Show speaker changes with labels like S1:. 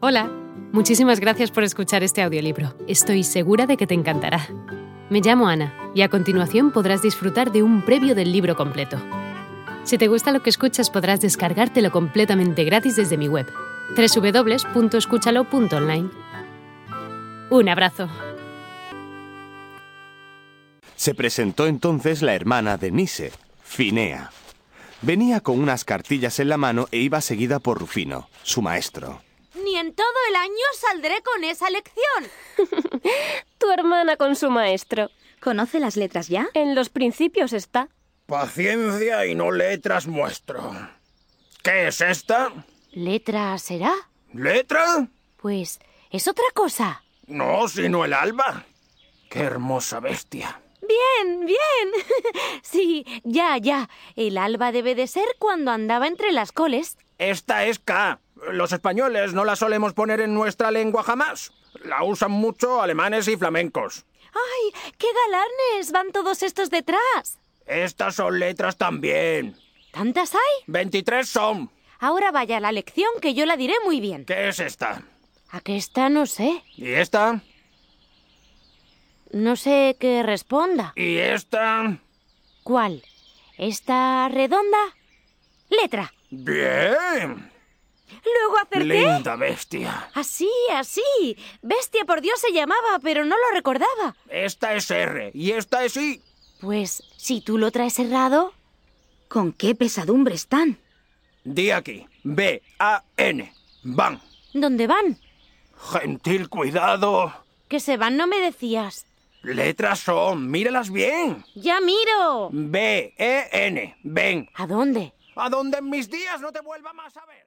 S1: Hola, muchísimas gracias por escuchar este audiolibro. Estoy segura de que te encantará. Me llamo Ana y a continuación podrás disfrutar de un previo del libro completo. Si te gusta lo que escuchas podrás descargártelo completamente gratis desde mi web, www.escúchalo.online. Un abrazo.
S2: Se presentó entonces la hermana de Nise, Finea. Venía con unas cartillas en la mano e iba seguida por Rufino, su maestro.
S3: Ni en todo el año saldré con esa lección.
S4: Tu hermana con su maestro.
S5: ¿Conoce las letras ya?
S4: En los principios está.
S6: Paciencia y no letras muestro. ¿Qué es esta?
S3: ¿Letra será?
S6: ¿Letra?
S3: Pues es otra cosa.
S6: No, sino el alba. ¡Qué hermosa bestia!
S3: Bien, bien. sí, ya, ya. El alba debe de ser cuando andaba entre las coles.
S6: Esta es K. Los españoles no la solemos poner en nuestra lengua jamás. La usan mucho alemanes y flamencos.
S3: ¡Ay, qué galanes van todos estos detrás!
S6: Estas son letras también.
S3: ¿Tantas hay?
S6: 23 son.
S3: Ahora vaya a la lección que yo la diré muy bien.
S6: ¿Qué es esta?
S3: ¿A qué está? No sé.
S6: ¿Y esta?
S3: No sé qué responda.
S6: ¿Y esta?
S3: ¿Cuál? ¿Esta redonda? Letra.
S6: Bien.
S3: Luego acerté.
S6: Linda bestia.
S3: Así, así. Bestia por Dios se llamaba, pero no lo recordaba.
S6: Esta es R y esta es I.
S3: Pues si tú lo traes errado,
S5: ¿Con qué pesadumbre están?
S6: Di aquí. B, A, N. Van.
S3: ¿dónde van?
S6: Gentil cuidado.
S3: Que se van, no me decías.
S6: Letras son, míralas bien.
S3: Ya miro.
S6: B, E, N. Ven.
S3: ¿A dónde?
S6: A donde en mis días no te vuelva más a ver.